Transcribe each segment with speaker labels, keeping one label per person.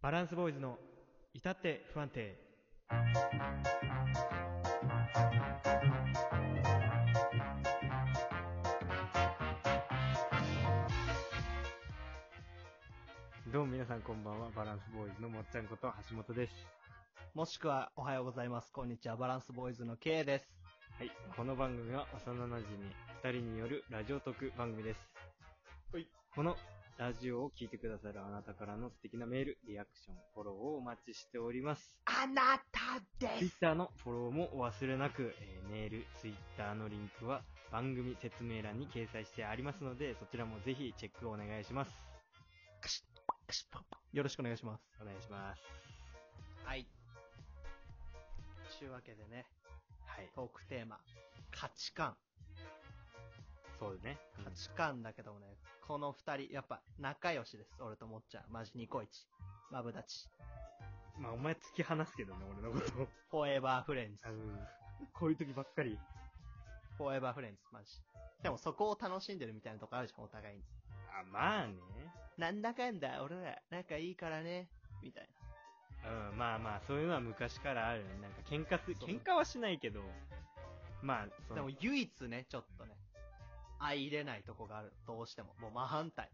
Speaker 1: バランスボーイズの至って不安定。
Speaker 2: どうも皆さんこんばんは、バランスボーイズのもっちゃんこと橋本です。
Speaker 3: もしくは、おはようございます。こんにちは。バランスボーイズの K です。
Speaker 2: はい、この番組は幼馴染み2人によるラジオ特番組です。
Speaker 3: はい。
Speaker 2: このラジオを聞いてくださるあなたからの素敵なメール、リアクション、フォローをお待ちしております。
Speaker 3: あなたです。
Speaker 2: Twitter のフォローもお忘れなく、えーメール、Twitter のリンクは番組説明欄に掲載してありますので、そちらもぜひチェックをお願いします。
Speaker 3: よろしくお願いします。
Speaker 2: お願いします。
Speaker 3: はい。ちゅうわけでね、
Speaker 2: はい。
Speaker 3: トークテーマ、価値観。
Speaker 2: そうね。
Speaker 3: 価値観だけどもね、この二人、やっぱ仲良しです。俺ともっちゃん。マジニコイチ。マブダチ。
Speaker 2: まあ、お前突き放すけどね、俺のこと。
Speaker 3: フォーエバーフレンズ。
Speaker 2: あ
Speaker 3: フ
Speaker 2: の、こういう時ばっかり。
Speaker 3: ォーエバーフレンズ、マジ。でもそこを楽しんでるみたいなとこあるじゃん、お互いに。
Speaker 2: あ、まあね。
Speaker 3: なんだかんだ、俺ら、仲いいからね。みたいな。
Speaker 2: うん、まあまあ、そういうのは昔からあるね。なんか喧嘩す、
Speaker 3: そう
Speaker 2: 喧嘩はしないけど、まあ、そ
Speaker 3: でも
Speaker 2: の、
Speaker 3: 唯一ね、ちょっとね、相入れないとこがある。どうしても。もう真反対。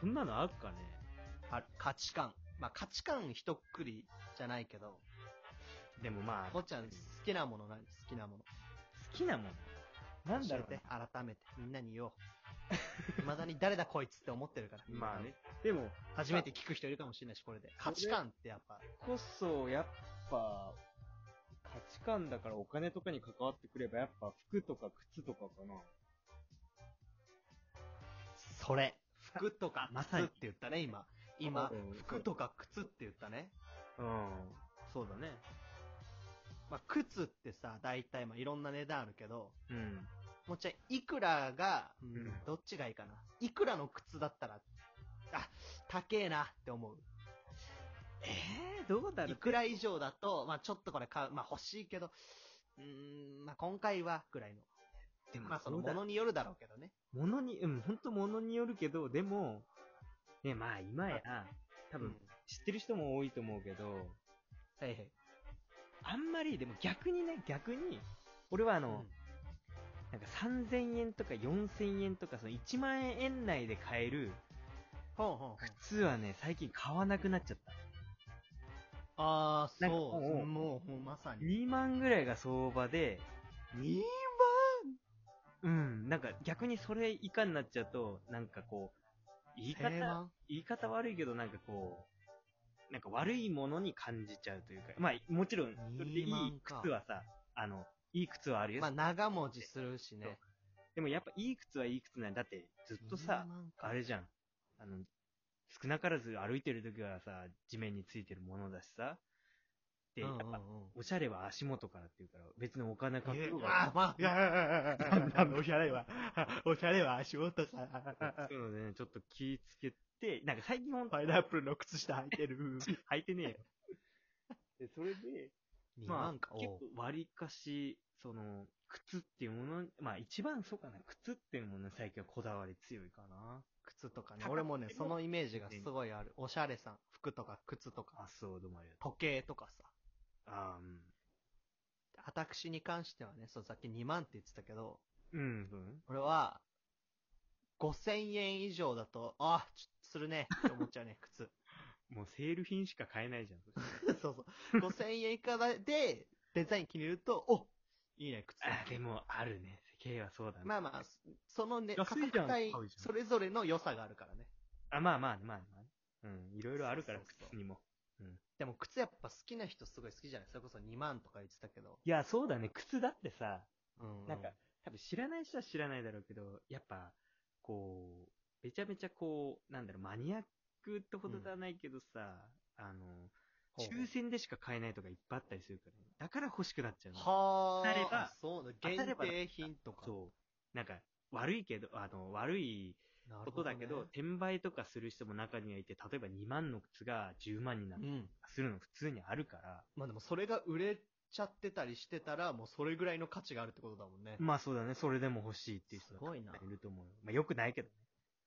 Speaker 2: そんなのあるかね。
Speaker 3: ある。価値観。まあ価値観ひとっくりじゃないけど、
Speaker 2: でもまあ、
Speaker 3: もっ
Speaker 2: 好
Speaker 3: ちゃん好きなもの何好きなもの。
Speaker 2: きなもの。なんだろう
Speaker 3: 教え
Speaker 2: ね
Speaker 3: て。改めて。みんなに言おう。 未だに誰だこいつって思ってるから。みんな
Speaker 2: まあね。。でも、
Speaker 3: 初めて聞く人いるかもしれないし、これで。価値観ってやっぱ、
Speaker 2: こそ、やっぱ、価値観だからお金とかに関わってくれば、やっぱ服とか靴とかかな。
Speaker 3: それ。服とか
Speaker 2: まさ
Speaker 3: 靴
Speaker 2: に
Speaker 3: って言ったね、今。今
Speaker 2: うん、
Speaker 3: 服とか靴って言ったね。
Speaker 2: うん。
Speaker 3: そうだね。まあ、靴ってさ、大体、まあ、いろんな値段あるけど、
Speaker 2: うん。
Speaker 3: もうちゃん、いくらが、うんん、どっちがいいかな。いくらの靴だったら、あ、高えなって思う。
Speaker 2: ええー、どうだろう
Speaker 3: いくら以上だと、まあちょっとこれ買う、まあ欲しいけど、うーん、まあ今回は、ぐらいの。
Speaker 2: でも
Speaker 3: まあその
Speaker 2: どうだ
Speaker 3: ものによるだろうけどね。
Speaker 2: ものに、うん、ほんとものによるけど、でも、ね、まあ今や、多
Speaker 3: う
Speaker 2: 分
Speaker 3: ん、
Speaker 2: 知ってる人も多いと思うけど、
Speaker 3: はいはい。
Speaker 2: あんまり、でも逆にね、逆に、俺はあの、
Speaker 3: うん
Speaker 2: なんか3000円とか4000円とか、その1万円円内で買える
Speaker 3: ほんほんほん。
Speaker 2: 靴はね、最近買わなくなっちゃった。
Speaker 3: ああ、
Speaker 2: なんか
Speaker 3: そ
Speaker 2: もう
Speaker 3: う。もう、もうまさに。
Speaker 2: 2万ぐらいが相場で、
Speaker 3: 2
Speaker 2: うん、なんか逆にそれ以下になっちゃうと、なんかこう、言い
Speaker 3: 平
Speaker 2: 方、
Speaker 3: 安
Speaker 2: 言い方悪いけど、なんかこう、なんか悪いものに感じちゃうというか、まあ、もちろん、それでい
Speaker 3: 二万
Speaker 2: い
Speaker 3: か
Speaker 2: 靴はさ、あの、いい靴はあるよ。
Speaker 3: まあ長持ちするしね。
Speaker 2: でもやっぱいい靴はいい靴なんだ。だって、ずっとさ
Speaker 3: 2、万か
Speaker 2: あれじゃん。あの、少なからず歩いてる時はさ、地面についてるものだしさ。で、やっぱ、
Speaker 3: うんうんうん
Speaker 2: おしゃれは足元からっていうから、別にお金かけよう
Speaker 3: あ
Speaker 2: が。
Speaker 3: まあ、いやいやいやいやいやおしゃれは、おしゃれは足元さ、
Speaker 2: そういうのでね、ちょっと気ぃつけて、なんか最近ほんと
Speaker 3: パイナップルの靴下履いてる。
Speaker 2: 履いてねえよ。で、それで、
Speaker 3: 2
Speaker 2: まあ、
Speaker 3: 万
Speaker 2: 結
Speaker 3: か、
Speaker 2: 構割かし、その、靴っていうもの、まあ一番そうかな、靴っていうものに最近はこだわり強いかな。
Speaker 3: 靴とかね
Speaker 2: 高。くても
Speaker 3: 俺もね、そのイメージがすごいある。おしゃれさん。服とか靴とか、
Speaker 2: あ、そう、どうもありがと
Speaker 3: 時計とかさ。
Speaker 2: う。あーうん。
Speaker 3: 私に関してはね、そう、さっき2万って言ってたけど、
Speaker 2: うん、うん。
Speaker 3: 俺は、5000円以上だと、あ、ちょっとするねって思っちゃう ね、靴。
Speaker 2: もうセール品しか買えないじゃん。
Speaker 3: そうそう。5000円以下で、デザイン気に入ると、おいいね、靴。
Speaker 2: あ、でも、あるね。世間はそうだね。
Speaker 3: まあまあ、そのね、価
Speaker 2: 安い
Speaker 3: 格
Speaker 2: じゃん
Speaker 3: 帯
Speaker 2: 買うじゃん
Speaker 3: それぞれの良さがあるからね。
Speaker 2: あ、まあまあね、まあね、まあね。うん、いろいろあるから、
Speaker 3: そうそうそう
Speaker 2: 靴にも。
Speaker 3: でも靴やっぱ好きな人すごい好きじゃないそれこそ2万とか言ってたけど。
Speaker 2: いや、そうだね、靴だってさ、
Speaker 3: うん
Speaker 2: なんか、多分知らない人は知らないだろうけど、やっぱ、こう、めちゃめちゃこう、なんだろう、マニアックってほどではないけどさ、あの、
Speaker 3: ほうほう
Speaker 2: 抽選でしか買えないとかいっぱいあったりするから、ね、だから欲しくなっちゃうの。
Speaker 3: は
Speaker 2: 当たれば
Speaker 3: あ、そうだ、
Speaker 2: 当たれ
Speaker 3: 限
Speaker 2: ば
Speaker 3: 定品とか。
Speaker 2: そう。なんか、悪いけど、あの、悪い
Speaker 3: なる
Speaker 2: こ
Speaker 3: ほ
Speaker 2: と
Speaker 3: ね
Speaker 2: だけど、転売とかする人も中にはいて、例えば2万の靴が10万になっ
Speaker 3: うん。
Speaker 2: するの普通にあるから、
Speaker 3: まあでもそれが売れちゃってたりしてたら、もうそれぐらいの価値があるってことだもんね。
Speaker 2: まあそうだね、それでも欲しいっていう人
Speaker 3: すごいな
Speaker 2: たくさんいると思うよ。まあよくないけどね。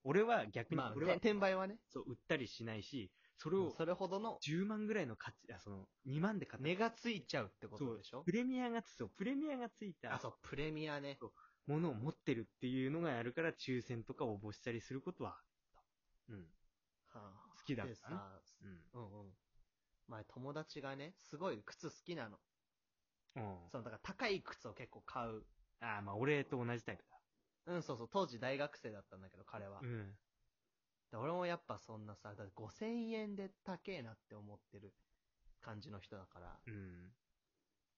Speaker 2: 俺は逆に、
Speaker 3: まあ、
Speaker 2: 俺は
Speaker 3: 転売はね。
Speaker 2: そう売ったりしないし、それを
Speaker 3: それほどの
Speaker 2: 10万ぐらいの価値、あ、その、2万で買った。
Speaker 3: 値がついちゃうってことでしょ
Speaker 2: プレミアがつ、そう、プレミアがつい
Speaker 3: あ、
Speaker 2: た
Speaker 3: そう、プレミアね。
Speaker 2: ものを持ってるっていうのがあるから、抽選とか応募したりすることはあった、うん。
Speaker 3: はあ
Speaker 2: 好きだったね
Speaker 3: でさ
Speaker 2: うん。
Speaker 3: うんうん。前友達がね、すごい靴好きなの。
Speaker 2: うん。
Speaker 3: その、だから高い靴を結構買う。
Speaker 2: ああ、まあ、俺と同じタイプ
Speaker 3: うん、そうそう、当時大学生だったんだけど、彼は。
Speaker 2: だ。うん。
Speaker 3: で俺もやっぱそんなさ、だって5000円で高えなって思ってる感じの人だから。
Speaker 2: うん。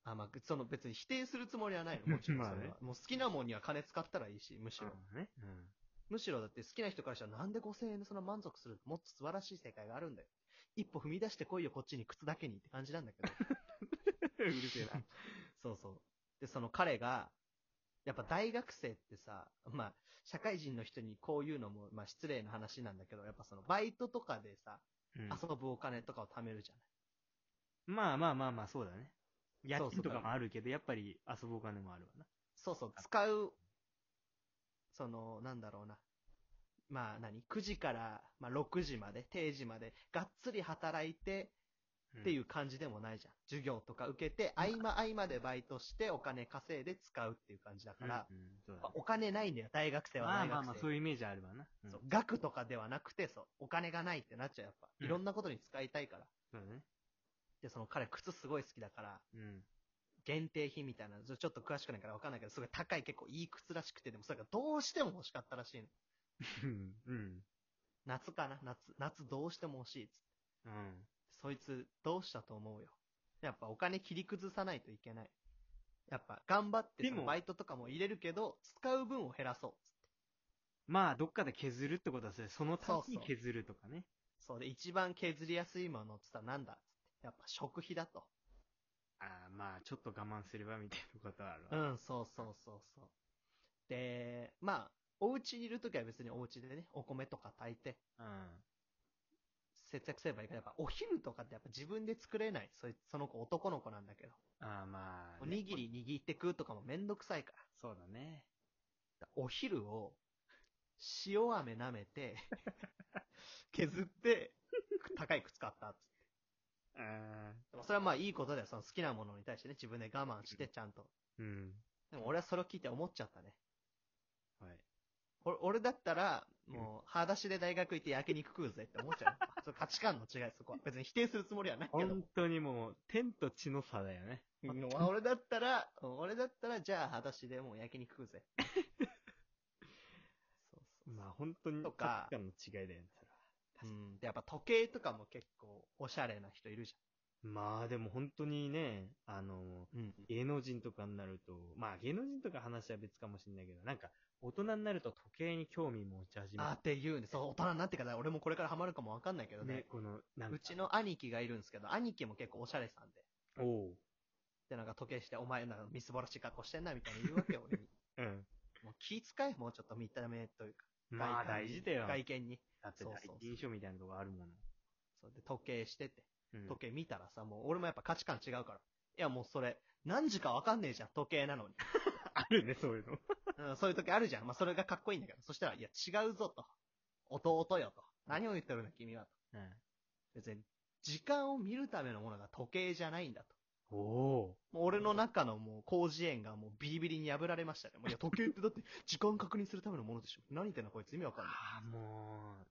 Speaker 3: あ、まあ、その別に否定するつもりはないの、もちろんそれは。
Speaker 2: まあね
Speaker 3: もう好きなもんには金使ったらいいし、むしろ。
Speaker 2: うね。うん。
Speaker 3: むしろだって好きな人からしたらなんで5000円でそんな満足するもっと素晴らしい世界があるんだよ。一歩踏み出してこいよ、こっちに靴だけにって感じなんだけど。
Speaker 2: うるせえな。
Speaker 3: そうそう。で、その彼が、やっぱ大学生ってさ、まあ、社会人の人にこういうのも、まあ失礼な話なんだけど、やっぱそのバイトとかでさ、
Speaker 2: うん
Speaker 3: 遊ぶお金とかを貯めるじゃない。
Speaker 2: まあまあまあまあ、そうだね。家
Speaker 3: そう
Speaker 2: 賃とかもあるけど、やっぱり遊ぶお金もあるわな。
Speaker 3: そうそう、使う、その、なんだろうな。まあ何、?9 時から、まあ、6時まで、定時まで、がっつり働いて
Speaker 2: うん
Speaker 3: っていう感じでもないじゃん。授業とか受けて、合間合間でバイトして、お金稼いで使うっていう感じだから、
Speaker 2: うんうんそうだ
Speaker 3: まあ
Speaker 2: ね
Speaker 3: お金ないんだよ、大学生は
Speaker 2: まあ
Speaker 3: 大学生。
Speaker 2: まあまあ、そういうイメージあるわな。うん
Speaker 3: そ
Speaker 2: そう
Speaker 3: 額とかではなくて、そう、お金がないってなっちゃう、やっぱ。
Speaker 2: うん
Speaker 3: いろんなことに使いたいから。
Speaker 2: うだね。
Speaker 3: で、その彼、靴すごい好きだから、
Speaker 2: うん。
Speaker 3: 限定品みたいな、ちょちょっと詳しくないから分かんないけど、すごい高い、結構いい靴らしくて、でもそれがどうしても欲しかったらしいの。
Speaker 2: うん。うん。
Speaker 3: 夏かな夏。夏どうしても欲しいっつって。
Speaker 2: うん。
Speaker 3: そいつ、どうしたと思うよ。やっぱお金切り崩さないといけない。やっぱ、頑張って、
Speaker 2: で
Speaker 3: そ
Speaker 2: も
Speaker 3: のバイトとかも入れるけど、使う分を減らそうっつって。
Speaker 2: まあ、どっかで削るってことはそれ、そのために
Speaker 3: そうそう
Speaker 2: 削るとかね。
Speaker 3: そうで、一番削りやすいものっつったらなんだっつって。やっぱ食費だと。
Speaker 2: ああ、まあ、ちょっと我慢すればみたいなことはある
Speaker 3: う
Speaker 2: わ。
Speaker 3: ん、そうそうそうそう。で、まあ、お家にいるときは別にお家でね、お米とか炊いて、
Speaker 2: うん。
Speaker 3: 節約すればいいから、やっぱお昼とかってやっぱ自分で作れない。そいその子男の子なんだけど。
Speaker 2: ああ、まあ
Speaker 3: お
Speaker 2: ね、
Speaker 3: にぎり握って食うとかもめんどくさいから。
Speaker 2: そうだね。
Speaker 3: お昼を、塩飴舐め て、削って、高い靴買ったっつって。
Speaker 2: ああ。
Speaker 3: でもそれはまあいいことだよ。その好きなものに対してね、自分で我慢してちゃんと。
Speaker 2: うん。
Speaker 3: でも俺はそれを聞いて思っちゃったね。
Speaker 2: はい。
Speaker 3: 俺俺だったら、もう、裸足で大学行って焼肉食うぜって思っちゃうよ。 そう価値観の違い、そこは。別に否定するつもりはないけど。
Speaker 2: 本当にもう、天と地の差だよね。
Speaker 3: うん俺だったら、うん俺だったら、じゃあ裸足でもう焼肉食う ぜ。そうそう
Speaker 2: まあ、本当に
Speaker 3: とか
Speaker 2: 価値観の違いだよね、それは。
Speaker 3: うん。で、やっぱ時計とかも結構、おしゃれな人いるじ
Speaker 2: まあ、でも本当にね、あの、
Speaker 3: ゃん。うん。
Speaker 2: 芸能人とかになると、まあ芸能人とか話は別かもしれないけど、なんか大人になると時計に興味持ち始め
Speaker 3: あーっていうね、そう、大人になってから、俺もこれからハマるかもわかんないけど
Speaker 2: る。ね
Speaker 3: ね、。
Speaker 2: この、なんか。
Speaker 3: うちの兄貴がいるんですけど、兄貴も結構おしゃれさんで。
Speaker 2: おう。
Speaker 3: で、なんか時計して、お前なんかみすぼらしい格好してんな、みたいな言うわけよ、俺 に。
Speaker 2: うん。
Speaker 3: もう気遣い、もうちょっと見た目というか。
Speaker 2: まあ
Speaker 3: 外観
Speaker 2: 大
Speaker 3: に
Speaker 2: 事だよ。
Speaker 3: 外見に。
Speaker 2: だって
Speaker 3: そう
Speaker 2: 第
Speaker 3: そう
Speaker 2: 一印象みたいなとこあるもの。
Speaker 3: そうで、時計してて。
Speaker 2: うん
Speaker 3: 時計見たらさ、もう俺もやっぱ価値観違うから。いやもうそれ、何時かわかんねえじゃん、時計 なのに。
Speaker 2: あるね、そういうの。
Speaker 3: うん、そういう時あるじゃん。まあそれがかっこいいんだけど。そしたら、いや違うぞと。弟よと。何を言ってるんだ君はと。
Speaker 2: うん。
Speaker 3: 別に、時間を見るためのものが時計じゃないんだと。
Speaker 2: おお。
Speaker 3: もう俺の中のもう広辞苑がもうビリビリに破られま したね。もういや時計ってだって時間確認するためのものでしょ。何言ってんのこいつ意味わかんない。
Speaker 2: ああ、もう、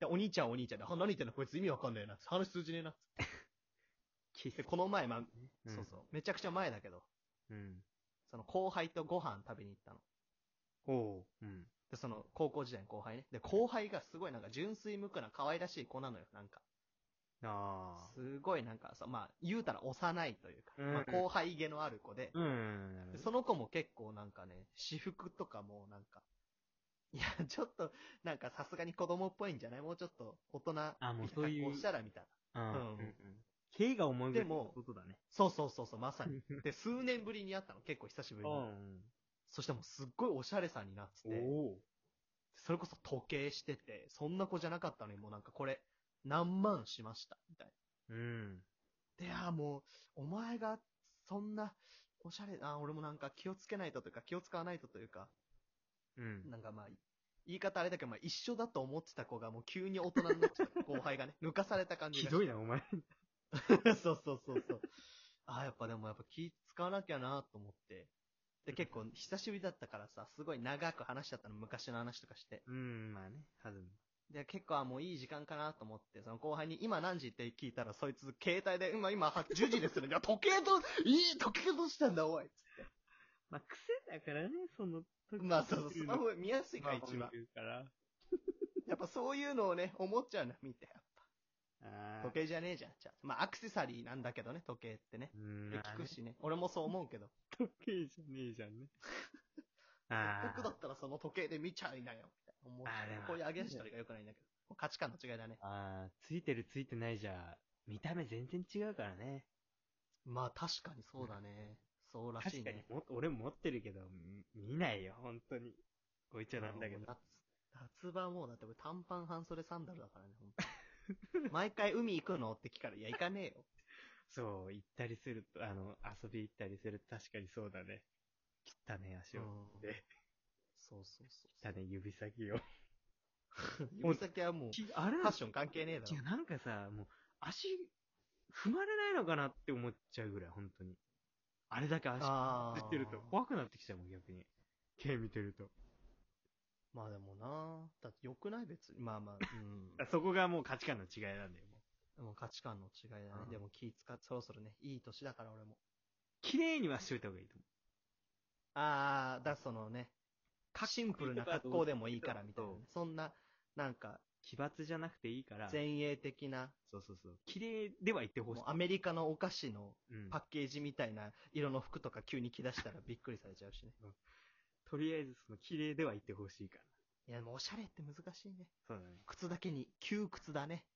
Speaker 3: でお兄ちゃんはお兄ちゃんで、あ何言ってんのこいつ意味わかんないな。話通じねえな。
Speaker 2: キス
Speaker 3: で、この前、まあ、
Speaker 2: ん
Speaker 3: そうそう。めちゃくちゃ前だけど、
Speaker 2: うん。
Speaker 3: その後輩とご飯食べに行ったの。
Speaker 2: おお。うん。
Speaker 3: で、その、高校時代の後輩ね。で、後輩がすごいなんか純粋無垢な可愛らしい子なのよ、なんか。
Speaker 2: ああ。
Speaker 3: すごいなんかさ、まあ、言うたら幼いというか、
Speaker 2: うん
Speaker 3: まあ後輩毛のある子で、
Speaker 2: うん。なるほ
Speaker 3: で
Speaker 2: ど
Speaker 3: その子も結構なんかね、私服とかもなんか、いや、ちょっと、なんかさすがに子供っぽいんじゃないもうちょっと大人、
Speaker 2: あもうそういう
Speaker 3: 格好したらみたいな。
Speaker 2: うん
Speaker 3: うん
Speaker 2: うんうん。経が思い浮かぶ
Speaker 3: でも
Speaker 2: ことだね。
Speaker 3: そうそうそうそう、まさに。 で、数年ぶりに会ったの、結構久しぶ
Speaker 2: う
Speaker 3: りに。
Speaker 2: ん。
Speaker 3: そしてもうすっごいおしゃれさんになってて、
Speaker 2: おお。
Speaker 3: それこそ時計してて、そんな子じゃなかったのにもうなんかこれ、何万しました、みたい
Speaker 2: うん。
Speaker 3: な。で、あーもう、お前が、そんな、おしゃれ、あー俺もなんか気をつけないとというか、気を使わないとというか、
Speaker 2: うん。
Speaker 3: なんかまあ、言い方あれだけど、まあ一緒だと思ってた子がもう急に大人になっちゃ った後輩がね、抜かされた感じ
Speaker 2: ひ
Speaker 3: が
Speaker 2: どいな、お前。
Speaker 3: な。 そうそうそうそう。ああ、やっぱでもやっぱ気使わなきゃなと思って。で、結構久しぶりだったからさ、すごい長く話しちゃったの、昔の話とかして。
Speaker 2: うん、まあね、はずみ。
Speaker 3: で、結構あもういい時間かなと思って、その後輩に今何時って聞いたら、そいつ携帯で、今今は10時ですね。いや、時計と、いい時計どうしたんだ、おい。
Speaker 2: まあ、癖だからね、その時
Speaker 3: まあそうそう、スマホ見やすいから一
Speaker 2: 一番
Speaker 3: 番。。やっぱそういうのをね、思っちゃうな、見て。やっ
Speaker 2: あ
Speaker 3: ぱ
Speaker 2: ー
Speaker 3: 時計じゃねえじゃん、じゃあまあアクセサリーなんだけどね、時計ってね。
Speaker 2: うん、
Speaker 3: で
Speaker 2: まあね
Speaker 3: 聞くしね。俺もそう思うけど。
Speaker 2: 時計じゃねえじゃ んね。あ
Speaker 3: 僕だったらその時計で見ちゃいなよ、みたいな思っちゃ
Speaker 2: あーでも
Speaker 3: う。こういう上げ足取りが良くないんだけど。もう価値観の違いだね。
Speaker 2: あーついてるついてないじゃ、見た目全然違うからね。
Speaker 3: まあ確かにそうだね。そうらし
Speaker 2: 確
Speaker 3: い
Speaker 2: かに
Speaker 3: ね。
Speaker 2: も、俺持ってるけど、み見ないよ、本当に。こいつはなんだけど。
Speaker 3: 夏、夏場はもうだって俺短パン半袖サンダルだからね、本当に 毎回海行くのって聞かれ、いや行かねえよ。
Speaker 2: そう、行ったりすると、あの、遊び行ったりすると確かにそうだね。汚ね足を。
Speaker 3: うん
Speaker 2: で
Speaker 3: そうそうそ
Speaker 2: 汚ね指 先を。
Speaker 3: う。 指先はもう、
Speaker 2: あれ
Speaker 3: ファッション関係ねえだろ
Speaker 2: 違う、。なんかさ、もう、足、踏まれないのかなって思っちゃうぐらい、本当に。あれだけ足
Speaker 3: あー
Speaker 2: 出てると怖くなってきちゃうもん、逆に。毛見てると。
Speaker 3: まあでもなだって良くない別に。まあまあ、
Speaker 2: あそこがもう価値観の違いなんだよ、もう。
Speaker 3: うん。もう価値観の違いだね。
Speaker 2: うん
Speaker 3: でも気使って、そろそろね、いい年だから俺も。
Speaker 2: 綺麗にはしといた方がいいと思
Speaker 3: あー、だからそのね、シンプルな格好でもいいからみたいなね、
Speaker 2: そう
Speaker 3: そんな、なんか、
Speaker 2: う。奇抜じゃなくていいから、そう
Speaker 3: 前衛的な、
Speaker 2: そうそう。綺麗では言ってほしい
Speaker 3: もう。アメリカのお菓子の
Speaker 2: うん
Speaker 3: パッケージみたいな色の服とか急に着出したらびっくりされちゃうしね。
Speaker 2: とりあえず、その、綺麗では言ってほしいから。
Speaker 3: いや、でもうおしゃれって難しいね。
Speaker 2: そうだね。
Speaker 3: 靴だけに、窮屈だね。